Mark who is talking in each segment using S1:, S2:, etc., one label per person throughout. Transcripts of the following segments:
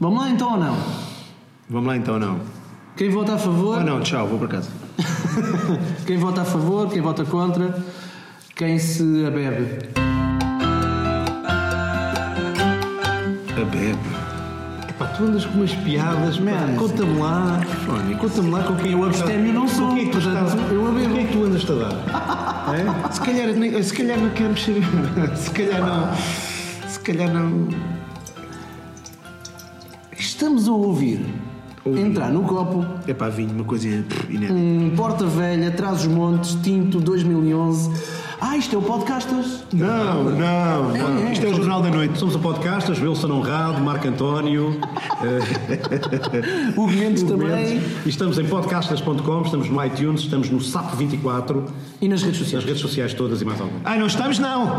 S1: Vamos lá então ou não?
S2: Vamos lá então, não.
S1: Quem vota a favor,
S2: Ah, não, tchau, vou para casa.
S1: quem vota a favor, quem vota contra, quem se abebe.
S3: É
S2: A bebe. Epá, tu andas com umas piadas, man. Conta-me lá. Conta-me lá com quem eu ando.
S1: Abstêmio não sou,
S2: Com quem é que tu
S1: portanto,
S2: estás?
S1: eu abebo.
S2: Com quem é que tu andas a dar? É? Hã? se, calhar, nem- se calhar não quero mexer. Se calhar não. Se calhar não.
S1: Estamos a ouvir
S2: Ouvir.
S1: entrar no copo
S2: Epá, vinho, uma coisinha pff, inédita.
S1: um Porta Velha, Traz os Montes, Tinto 2011. Ah, isto é o Podcastas?
S2: Não, não,
S1: É,
S2: não.
S1: é.
S2: Isto é o Jornal da Noite. Somos o podcastas, Wilson Honrado, Marco António.
S1: O Mendes
S2: Hugo
S1: também.
S2: Mendes. E estamos em podcastas.com, estamos no iTunes, estamos no SAP24,
S1: E nas redes
S2: nas
S1: sociais.
S2: redes sociais todas e mais alguma. Ah, não estamos não!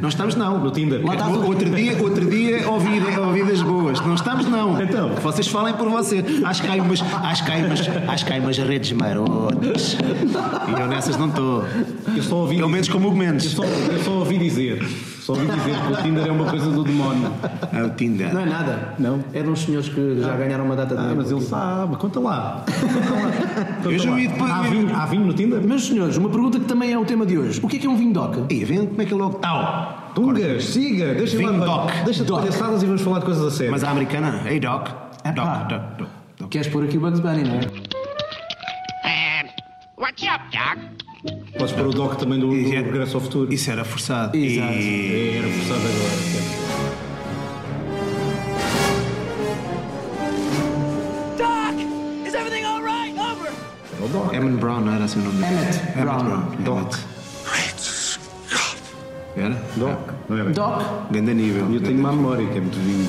S2: não estamos não, no Tinder.
S1: Lá está tudo.
S3: Outro dia, outro dia ouvi, ouvi das boas. Não estamos, não.
S2: Então.
S3: Vocês falem por vocês. Acho que há aí umas, acho que há aí umas, acho que há aí umas redes marotas. E eu nessas não estou.
S2: Eu só ouvi,
S3: Pelo
S2: eu
S3: menos como o Mendes.
S2: só, eu só ouvi dizer, só ouvi dizer que o Tinder é uma coisa do demónio.
S3: É o Tinder.
S1: Não é nada.
S2: Não.
S1: É de uns senhores que já ganharam uma data de
S2: Ah,
S1: dinheiro.
S2: mas ele sabe, conta lá. Conta lá. Conta
S3: Eu já
S2: lá.
S3: ouvi depois-
S2: Há vinho, há vinho no Tinder?
S1: Meus senhores, uma pergunta que também é o tema de hoje. O que é que é um vinho doca?
S3: E vem como é que é logo.
S2: Tal! Tungas, siga, deixa
S3: Vinho
S2: lá.
S3: doc.
S2: Deixa de
S1: Doc.
S2: palhaçadas e vamos falar de coisas a sério.
S3: Mas a americana. Ei, Doc.
S1: É pá.
S3: Doc, Doc, Doc. doc.
S1: Queres pôr aqui o Bugs Bunny, não é?
S4: Uh, what's up, Doc?
S2: Podes pôr o doc também do, do
S3: Isso é-
S2: Regresso ao Futuro.
S3: Isso era forçado.
S1: Exato.
S3: E...
S2: É, era forçado agora.
S5: Doc! Is everything all right? Over!
S2: É o doc.
S3: Emmett Brown, não era assim o nome dele?
S1: Emmett Brown.
S3: Brown. Emmett. Era?
S2: Doc. Não é bem.
S1: Doc?
S3: Ganda nível.
S2: Eu tenho má memória, que é muito vinho.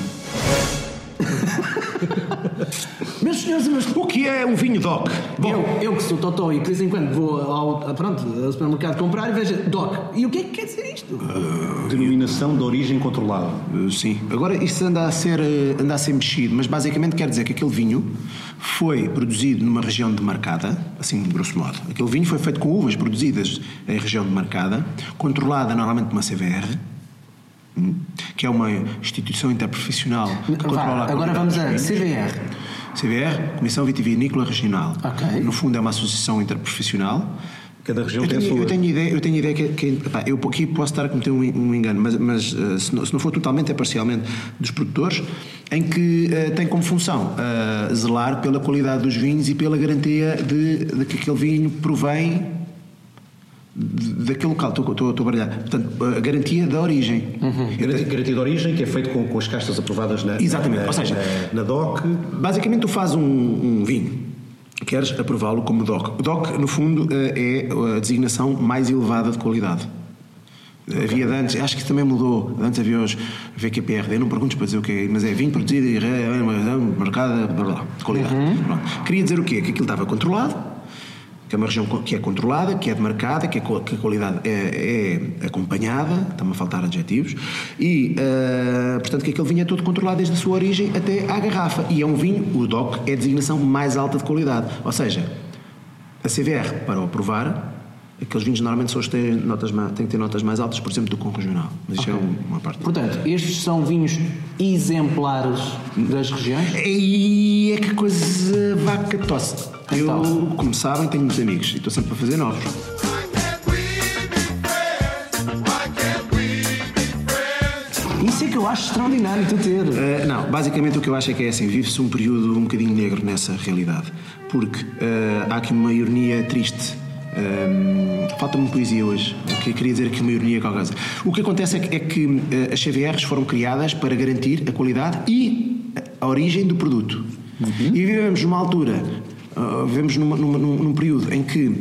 S1: Meus senhores e meus
S3: O que é um vinho Doc? Bom,
S1: eu, eu que sou totó e de vez em quando vou ao, a- pronto, ao supermercado comprar e vejo Doc. E o que é que quer dizer isto?
S2: Denominação de origem controlada.
S3: Uh, Sim. Agora isso anda a ser eh, anda a ser mexido, mas basicamente quer dizer que aquele vinho foi produzido numa região demarcada, assim de grosso modo. Aquele vinho foi feito com uvas produzidas em região demarcada, controlada normalmente por uma CVR, hum, que é uma instituição interprofissional que
S1: Vá,
S3: controla a
S1: agora
S3: qualidade
S1: vamos
S3: dos
S1: a
S3: vinhos.
S1: CVR.
S3: CVR, Comissão Vitivinícola Regional.
S1: Ok.
S3: No fundo é uma associação interprofissional
S2: Cada região
S3: eu
S2: tem a
S3: tenho,
S2: sua.
S3: eu tenho ideia, eu tenho ideia que, que pá, eu aqui posso estar a cometer um, en- um engano, mas, mas, eh, se, não, se não for totalmente é parcialmente dos produtores, em que eh, tem como função eh, zelar pela qualidade dos vinhos e pela garantia de, de que aquele vinho provém de- daquele local. Estou, estou, estou a baralhar. Portanto, a garantia da origem.
S2: Garanti- Garantia de origem, que é feito com, com as castas aprovadas na,
S3: Exatamente,
S2: na,
S3: ou seja-
S2: na, na DOC.
S3: Basicamente, tu fazes um, um vinho. Queres aprová-lo como DOC. O DOC, no fundo, eh, é a designação mais elevada de qualidade. Havia de antes, acho que também mudou. De Antes havia os VQPRD, não perguntes para dizer o que é, mas é vinho produzido e re- é marcada, blá blá, de qualidade. Pronto. Queria dizer o quê? Que aquilo estava controlado, que é uma região co- que é controlada, que é demarcada, que, é co- que a qualidade é, é acompanhada, estão-me a faltar adjetivos, e, ah, portanto, que aquele vinho é todo controlado desde a sua origem até à garrafa. E é um vinho, o DOC, é a designação mais alta de qualidade. Ou seja, a CVR, para o aprovar, aqueles vinhos normalmente só os têm, notas, ma- têm que ter notas mais altas, por exemplo, do que um regional. Mas isto é um- uma parte.
S1: Portanto, estes são vinhos exemplares das regiões.
S3: E é que coisa vaca tosse.
S1: Então.
S3: Eu, como sabem, tenho muitos amigos e estou sempre a fazer novos.
S1: Isso é que eu acho extraordinário tu ter.
S3: Uh, não, basicamente o que eu acho é que é assim, vive-se um período um bocadinho negro nessa realidade, porque uh, há aqui uma ironia triste. Um, Falta-me poesia hoje, o que eu queria dizer aqui uma ironia qualquer coisa. O que acontece é que, é que, uh, as CVRs foram criadas para garantir a qualidade e a origem do produto.
S1: Uhum.
S3: E vivemos numa altura, uh, vivemos numa- numa- num, num período em que uh,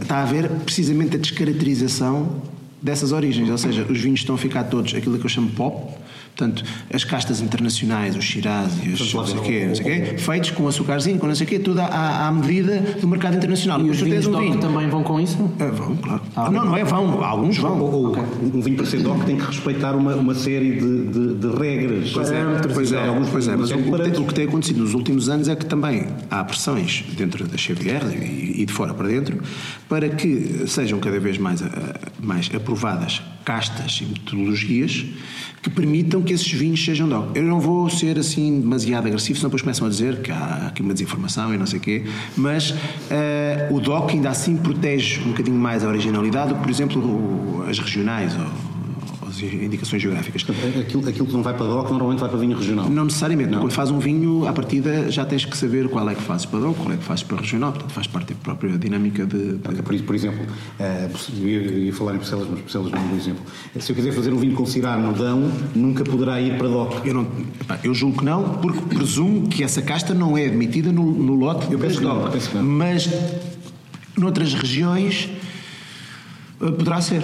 S3: está a haver precisamente a descaracterização dessas origens, ou seja, os vinhos estão a ficar todos aquilo que eu chamo pop, Portanto, as castas internacionais, os Shiraz e os não sei quê, não sei quê, feitos com açucarzinho, com não sei quê, tudo à, à medida do mercado internacional.
S1: E
S3: Depois
S1: os
S3: tu tens
S1: vinhos
S3: um
S1: DOC
S3: vinho.
S1: também vão com isso?
S3: Ah, vão, claro. não, não é vão, alguns vão.
S2: Ou, ou um vinho para ser DOC tem que respeitar uma, uma série de, de, de regras.
S3: Pois é, pois é,
S2: Alguns
S3: pois é, mas o, o que tem-
S2: parâmetros.
S3: o que tem acontecido nos últimos anos é que também há pressões dentro da CVR e, e de fora para dentro para que sejam cada vez eh, mais, ah, mais aprovadas castas e metodologias que permitam que esses vinhos sejam DOC. Eu não vou ser assim demasiado agressivo, senão depois começam a dizer que há aqui uma desinformação e não sei o quê, mas eh, o DOC ainda assim protege um bocadinho mais a originalidade do que, por exemplo, o- as regionais ou, ou as indicações geográficas.
S2: Portanto, Aquilo, aquilo que não vai para DOC normalmente vai para vinho regional.
S3: Não necessariamente. Quando fazes um vinho, à partida já tens que saber qual é que fazes para DOC, qual é que fazes para regional, portanto faz parte da própria dinâmica de. de-
S2: É Por, isso, por exemplo, eh, eu ia- eu ia falar em Bruxelas, mas Bruxelas não é um bom exemplo. Se eu quiser fazer um vinho com Cirá no Dão, nunca poderá ir para DOC.
S3: Eu, não, epá, eu julgo que não, porque presumo que essa casta não é admitida no, no lote
S2: Eu penso
S3: das
S2: que não,
S3: DOC.
S2: penso que não.
S3: Mas noutras regiões eh, poderá ser.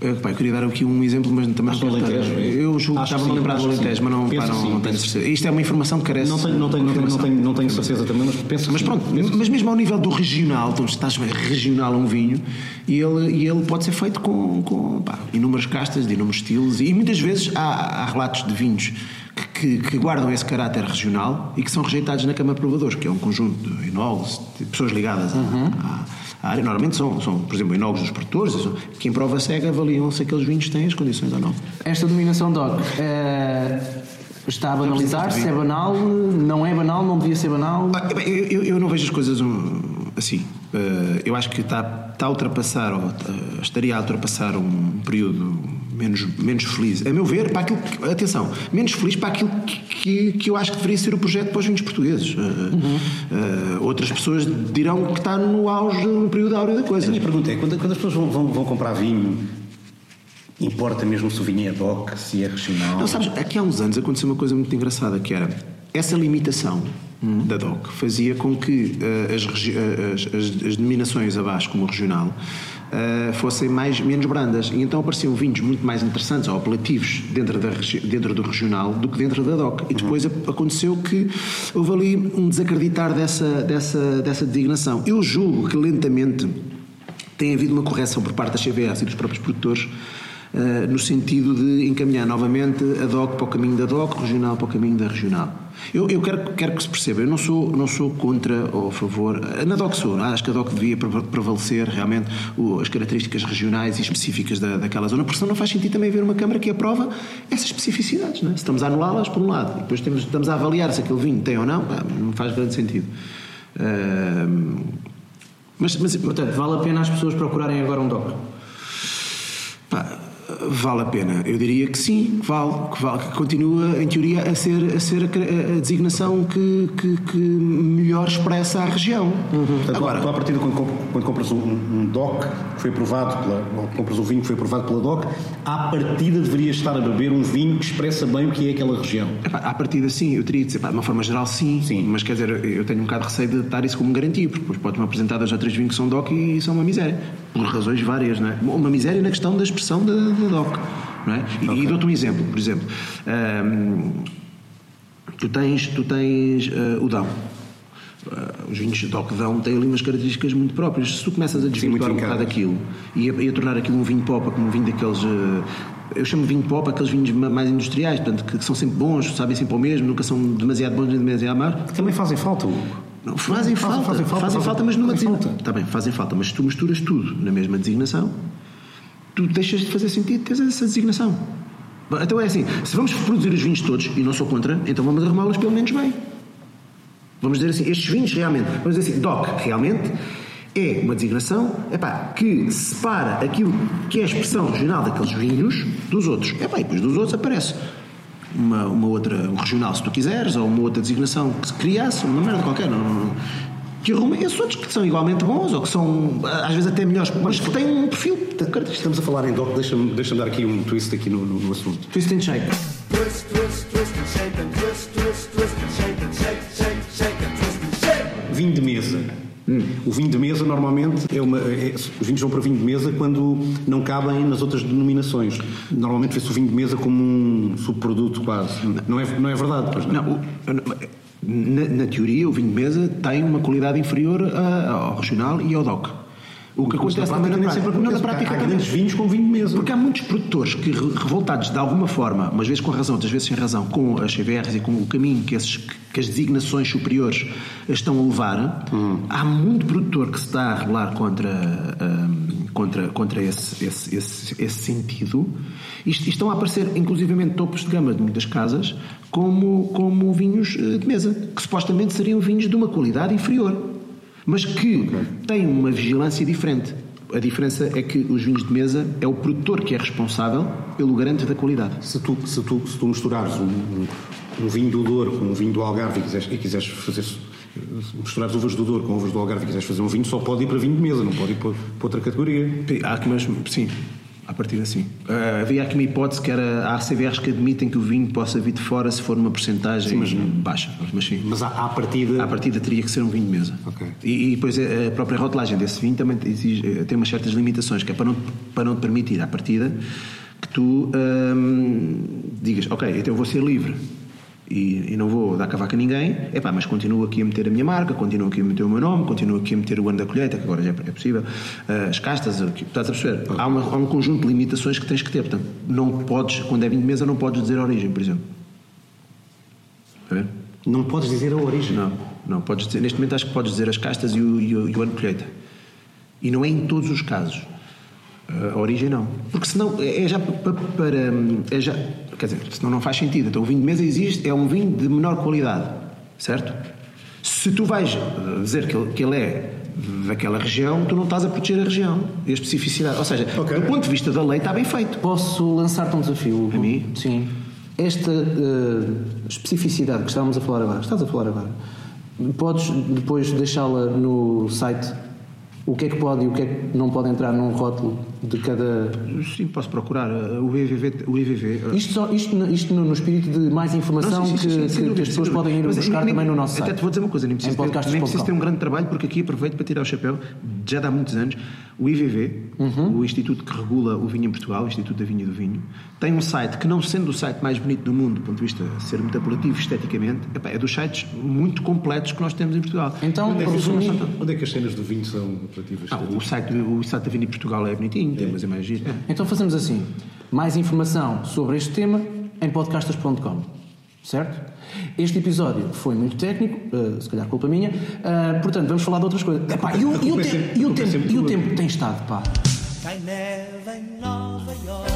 S3: Eh, pá, eu queria dar aqui um exemplo, mas também
S2: Acho que
S3: não
S2: é
S3: quero-
S2: Alentejo, é?
S3: Eu julgo
S2: Acho
S3: que
S2: que
S3: estava
S2: sim,
S3: lembrado do
S2: acho que
S3: Alentejo,
S2: sim.
S3: mas não,
S2: Penso
S3: pá,
S2: que
S3: não,
S2: sim,
S3: não tenho
S2: penso que
S3: certeza. Isto é uma informação que carece.
S2: Não tenho, não tenho, não tenho, não tenho, não tenho certeza também, mas penso que
S3: Mas
S2: sim.
S3: pronto,
S2: Penso que
S3: mas
S2: sim.
S3: mesmo ao nível do regional, então, se estás bem, regional a um vinho, e ele, e ele pode ser feito com, com pá, inúmeras castas, de inúmeros estilos, e muitas vezes há, há relatos de vinhos que, que- que guardam esse caráter regional e que são rejeitados na Câmara de Provadores, que é um conjunto de enólogos, de pessoas ligadas à- à, à área. Normalmente são, são, por exemplo, enólogos dos produtores, são- que em prova cega avaliam se aqueles vinhos têm as condições ou não.
S1: Esta dominação DOC eh, está a banalizar-se? É banal? Não é banal? Não devia ser banal?
S3: Ah, bem, Eu, eu- eu não vejo as coisas um, assim. Eh, eu acho que está, está a ultrapassar, ou eh, estaria a ultrapassar um período menos, menos feliz. A meu ver, para aquilo que, atenção, menos feliz para aquilo que, que, que eu acho que deveria ser o projeto para os vinhos portugueses. Eh, eh, outras pessoas dirão que está no auge, no período áureo da
S2: A
S3: coisa.
S2: minha pergunta é, quando, quando as pessoas vão, vão- vão comprar vinho, importa mesmo se o vinho é DOC, se é regional?
S3: Não, Então, sabes, aqui há uns anos aconteceu uma coisa muito engraçada, que era essa limitação da DOC fazia com que eh, as, regi- eh, as- as- as denominações abaixo, como o regional, eh, fossem mais, menos brandas. E então apareciam vinhos muito mais interessantes ou apelativos dentro, da regi- dentro do regional do que dentro da DOC. E depois ap- aconteceu que houve ali um desacreditar dessa, dessa, dessa designação. Eu julgo que lentamente tem havido uma correção por parte da CBS e dos próprios produtores eh, no sentido de encaminhar novamente a DOC para o caminho da DOC, regional para o caminho da regional. Eu, eu quero, quero que se perceba, eu não sou, não sou contra ou a favor, eh, na DOC sou, acho que a DOC devia preva- prevalecer realmente o- as características regionais e específicas da, daquela zona, porque senão não faz sentido também haver uma Câmara que aprova essas especificidades, não é? Se estamos a anulá-las por um lado e depois temos, estamos a avaliar se aquele vinho tem ou não, pá, não faz grande sentido. Eh, mas, mas
S1: Portanto, vale a pena as pessoas procurarem agora um DOC?
S3: Pá, vale a pena? Eu diria que sim, que vale, que vale, que continua, em teoria, a ser a, ser a, cre- a- a designação que, que, que melhor expressa a região.
S1: Uhum.
S2: Portanto,
S3: Agora,
S2: tu, à partida, quando, comp- quando compras um, um DOC que foi aprovado pela, ou compras um vinho que foi aprovado pela DOC, à partida deverias estar a beber um vinho que expressa bem o que é aquela região.
S3: Epá, à partida, sim, eu teria de dizer, pá, de uma forma geral, sim,
S2: Sim.
S3: mas quer dizer, eu tenho um bocado de receio de dar isso como garantia, porque depois pode-me apresentar dois ou três vinhos que são DOC e são uma miséria, por razões várias, não é? Uma miséria na questão da expressão da, da DOC, não é? E, e dou-te um exemplo, por exemplo, Ahm, tu tens, tu tens ah, o Dão. Ah, os vinhos de DOC Dão têm ali umas características muito próprias. Se tu começas a desvirtuar um
S2: muito
S3: bocado
S2: fincadas.
S3: aquilo e a, e a tornar aquilo um vinho popa, como um vinho daqueles. eh, eu chamo de vinho pop aqueles vinhos ma- mais industriais, portanto, que, que são sempre bons, sabem sempre ao mesmo, nunca são demasiado bons nem demasiado maus.
S2: Que também fazem falta, Hugo.
S3: Não, fazem, falta, fazem falta, mas numa designação. Está bem, fazem falta, mas se tu misturas tudo na mesma designação, tu deixas de fazer sentido teres essa designação. Bom, Então é assim, se vamos produzir os vinhos todos, e não sou contra, então vamos arrumá-los pelo menos bem. Vamos dizer assim, estes vinhos realmente, vamos dizer assim, DOC realmente é uma designação epá, que separa aquilo que é a expressão regional daqueles vinhos dos outros. Epá, e depois dos outros aparece uma, uma outra, um regional se tu quiseres, ou uma outra designação que se criasse, uma merda qualquer, não- não- não- que arrume esses outros que são igualmente bons ou que são às vezes até melhores, mas que têm um perfil característico.
S2: Estamos a falar em DOC, Então, deixa-me deixa dar aqui um twist aqui no, no- no assunto.
S1: Twist and shake.
S6: Twist, twist, twist and shake and twist, twist, twist and shake and shake, shake, shake and twist and shake.
S2: Vinho de mesa. O vinho de mesa normalmente é uma. é- os vinhos vão para vinho de mesa quando não cabem nas outras denominações. Normalmente vê-se o vinho de mesa como um subproduto quase. Não é, não é verdade, pois não?
S3: Não, o- na, na teoria, o vinho de mesa tem uma qualidade inferior a- ao regional e ao DOC. O que acontece também na
S2: nem
S3: prática.
S2: sempre
S3: Não, na
S2: acontece, porque
S3: prática
S2: há
S3: também.
S2: grandes vinhos com vinho de mesa.
S3: Porque há muitos produtores que, re- revoltados de alguma forma, umas vezes com razão, outras vezes sem razão, com as CVRs e com o caminho que, esses, que as designações superiores estão a levar, há muito produtor que se está a rebelar contra hum, contra, contra esse, esse, esse, esse sentido. E est- estão a aparecer, inclusivamente, topos de gama de muitas casas como, como vinhos eh, de mesa, que supostamente seriam vinhos de uma qualidade inferior, mas que têm uma vigilância diferente. A diferença é que os vinhos de mesa é o produtor que é responsável pelo garante da qualidade.
S2: Se tu, se tu, se tu misturares um, um- um vinho do Douro com um vinho do Algarve e quiseres, e quiseres fazer misturar uvas do Douro com uvas do Algarve e quiseres fazer um vinho, só pode ir para vinho de mesa, não pode ir para, para outra categoria.
S3: Há aqui umas, sim, a partir assim. Ah, havia aqui uma hipótese que era há CVRs que admitem que o vinho possa vir de fora se for uma porcentagem baixa, mas sim.
S2: Mas à, à partida.
S3: À partida teria que ser um vinho de mesa.
S2: Ok.
S3: E, e depois a a própria rotulagem desse vinho também exige- eh, tem umas certas limitações, que é para não, para não te permitir, à partida, que tu hum, digas, ok, então eu vou ser livre e, e não vou dar cavaca a ninguém, epá, mas continuo aqui a meter a minha marca, continuo aqui a meter o meu nome, continuo aqui a meter o ano da colheita, que agora já é é possível, eh, as castas, o que- estás a perceber? Há, uma- há um conjunto de limitações que tens que ter, portanto, não podes, quando é vinho de mesa, não podes dizer a origem, por exemplo. Está a ver?
S2: Não podes dizer a origem.
S3: Não, não podes dizer. Neste momento acho que podes dizer as castas e o, e o- e o ano de colheita. E não é em todos os casos. Eh, A origem não. Porque senão é é já pa- pa- para. hum, É já, quer dizer, senão não faz sentido. Então o vinho de mesa existe, é um vinho de menor qualidade. Certo? Se tu vais eh, dizer que ele, que ele é daquela região, tu não estás a proteger a região e a especificidade. Ou seja, do ponto de vista da lei está bem feito.
S1: Posso lançar-te um desafio?
S3: A mim?
S1: Sim. Esta eh, especificidade que estávamos a falar agora, estás a falar agora, podes depois deixá-la no site? O que é que pode e o que é que não pode entrar num rótulo de cada.
S3: Sim, posso procurar. eh, O IVV. O IVV eh,
S1: Isto, só- isto, no- isto no, no espírito de mais informação
S3: Não, sim, sim, sim,
S1: que,
S3: sim,
S1: que-
S3: sem
S1: que
S3: dúvida,
S1: as
S3: sem
S1: pessoas
S3: dúvida.
S1: podem ir
S3: Mas
S1: buscar
S3: nem-
S1: também no nosso site.
S3: Até te vou dizer uma coisa, nem preciso,
S1: Em
S3: ter, nem preciso
S1: podcasts.com.
S3: ter um grande trabalho, porque aqui aproveito para tirar o chapéu, já dá muitos anos, o IVV,
S1: Uhum.
S3: o instituto que regula o vinho em Portugal, o Instituto da Vinha e do Vinho, tem um site que, não sendo o site mais bonito do mundo, do ponto de vista de ser muito apelativo esteticamente, epá, é dos sites muito completos que nós temos em Portugal.
S1: Então,
S2: Onde é, que,
S1: resumindo-
S2: onde é que as cenas do vinho são operativas?
S3: Ah, o, site, do- o site da Vinha em Portugal é bonitinho, tem umas imagens. giras.
S1: Então fazemos assim: mais informação sobre este tema em podcastas.com. Certo? Este episódio foi muito técnico, eh, se calhar culpa minha, eh, portanto vamos falar de outras coisas. Epá, e o, e o, tempo- e o tempo, e o tempo que tem estado, pá.
S5: Cai neva em Nova York,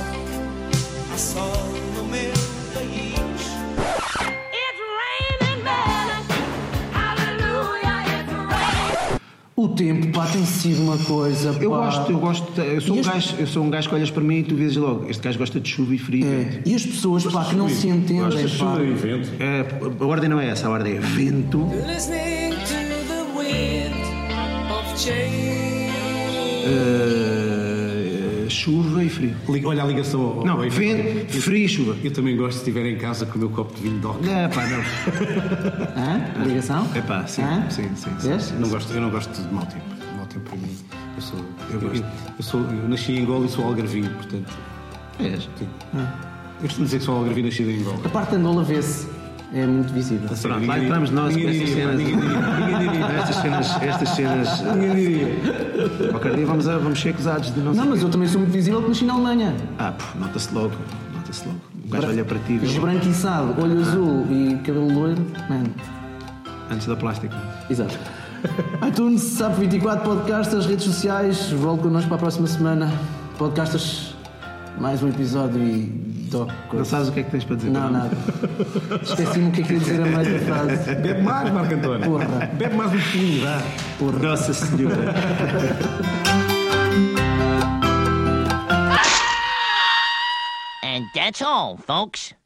S5: há sol no meu país.
S7: It's raining men. Hallelujah, it's raining.
S1: O tempo, pá, tem sido uma coisa.
S3: Eu
S1: pá.
S3: gosto, eu gosto, eu sou,
S1: E
S3: um
S1: este-
S3: gajo, eu sou um gajo que olhas para mim e tu vês logo, este gajo gosta de chuva e frio.
S1: É, E as pessoas, pá, que não se entendem, pá.
S2: um
S3: É, a ordem não é essa, a ordem é vento.
S8: Listening to the wind of change.
S3: Uh, chuva e frio.
S2: Li- Olha a ligação ao.
S3: Não,
S2: ao-
S3: vento, frio e chuva.
S2: Eu também gosto de estiver em casa com o meu copo de vinho doc.
S3: É pá, não.
S1: Hã? Ligação?
S3: É pá, sim,
S1: Hã?
S3: sim, sim. sim.
S1: Vês?
S2: Não gosto, eu não gosto de mau tempo. Mau tempo para mim. Eu sou. Eu, eu, eu sou, eu nasci em Angola e sou algarvinho, portanto.
S3: És.
S2: Sim. Eu costumo dizer que sou algarvinho nascido em Angola.
S1: A parte de Angola vê-se, é muito visível.
S3: Pronto, lá entramos nós com
S2: Ninguém
S3: estas
S2: diria,
S3: cenas.
S2: ninguém diria, ninguém diria.
S3: Estas cenas, estas cenas. Ninguém diria. Qualquer dia vamos, a- vamos ser acusados de não
S1: Não,
S3: sei
S1: mas
S3: quê.
S1: eu também sou muito visível que nasci na Alemanha.
S3: Ah, pô, nota-se logo. Nota-se logo. O gajo olha para ti, viu?
S1: Esbranquiçado, olho azul e cabelo loiro, mano.
S3: um, Antes da plástica.
S1: Exato. iTunes, SAP 24, podcastas, redes sociais. Volto connosco para a próxima semana. Podcastas, mais um episódio e. Doc,
S3: Não
S1: coisa.
S3: sabes o que é que tens para dizer?
S1: Não, nada. Esqueci-me o que é que ia dizer a meio da frase.
S2: Bebe mais, Marco António.
S1: Porra.
S2: Bebe mais um pouquinho, dá.
S3: Nossa Senhora.
S4: And that's all, folks.